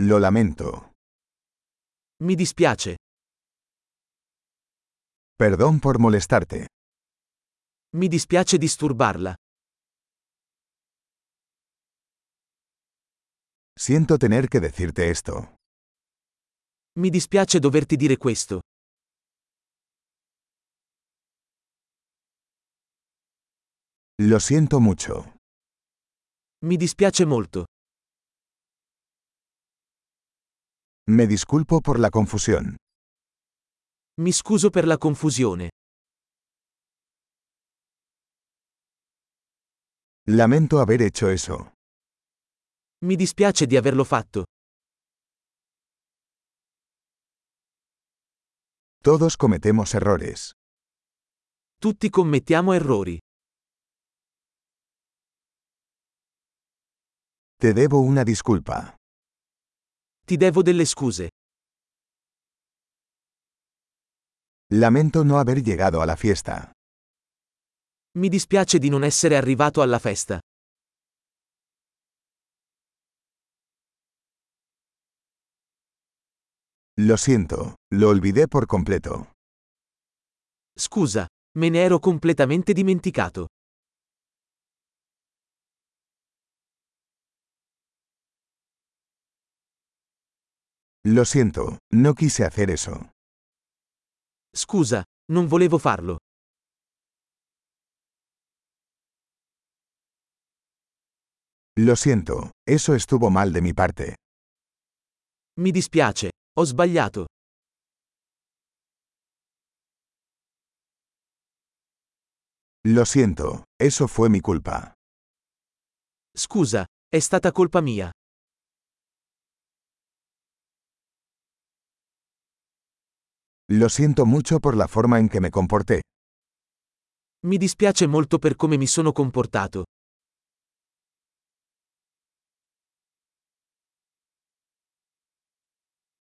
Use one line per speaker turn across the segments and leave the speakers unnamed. Lo lamento.
Mi dispiace.
Perdón por molestarte.
Mi dispiace disturbarla.
Siento tener que decirte esto.
Mi dispiace doverti dire questo.
Lo siento mucho.
Mi dispiace molto.
Me disculpo por la confusión.
Mi scuso per la confusione.
Lamento haber hecho eso.
Mi dispiace di averlo fatto.
Todos cometemos errores.
Tutti commettiamo errori.
Te debo una disculpa.
Ti devo delle scuse.
Lamento no haber llegado a la fiesta.
Mi dispiace di non essere arrivato alla festa.
Lo siento, lo olvidé por completo.
Scusa, me ne ero completamente dimenticato.
Lo siento, no quise hacer eso.
Scusa, non volevo farlo.
Lo siento, eso estuvo mal de mi parte.
Mi dispiace, ho sbagliato.
Lo siento, eso fue mi culpa.
Scusa, è stata colpa mia.
Lo siento mucho por la forma en que me comporté.
Mi dispiace molto per come mi sono comportato.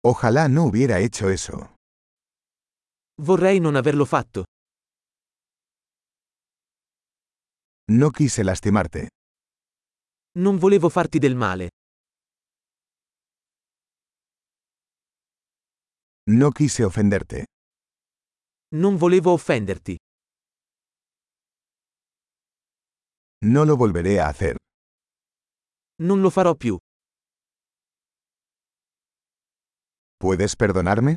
Ojalá no hubiera hecho eso.
Vorrei non averlo fatto.
No quise lastimarte.
Non volevo farti del male.
No quise ofenderte.
Non volevo offenderti.
No lo volveré a hacer.
Non lo farò più.
¿Puedes perdonarme?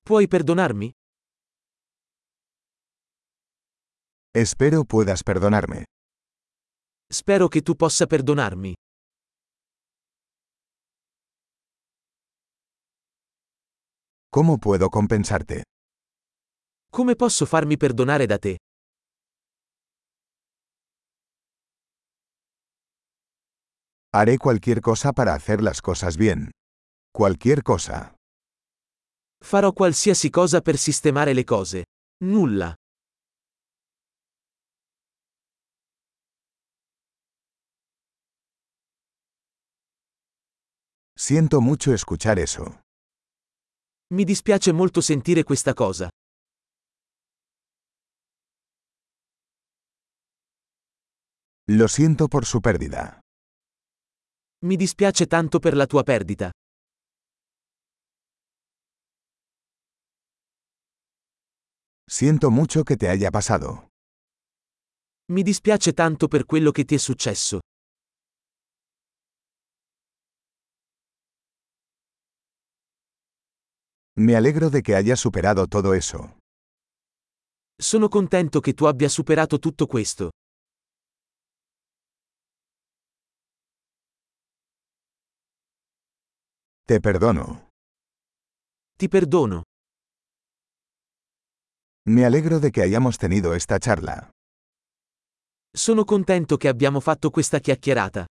Puoi perdonarmi?
Espero puedas perdonarme.
Spero che tu possa perdonarmi.
¿Cómo puedo compensarte?
Come posso farmi perdonare da te?
Haré cualquier cosa para hacer las cosas bien. Cualquier cosa.
Farò qualsiasi cosa per sistemare le cose. Nulla.
Siento mucho escuchar eso.
Mi dispiace molto sentire questa cosa.
Lo siento por su pérdida.
Mi dispiace tanto per la tua perdita.
Siento mucho que te haya pasado.
Mi dispiace tanto per quello che ti è successo.
Me alegro de que hayas superado todo eso.
Sono contento che tu abbia superato tutto questo.
Te perdono.
Ti perdono.
Me alegro de que hayamos tenido esta charla.
Sono contento che abbiamo fatto questa chiacchierata.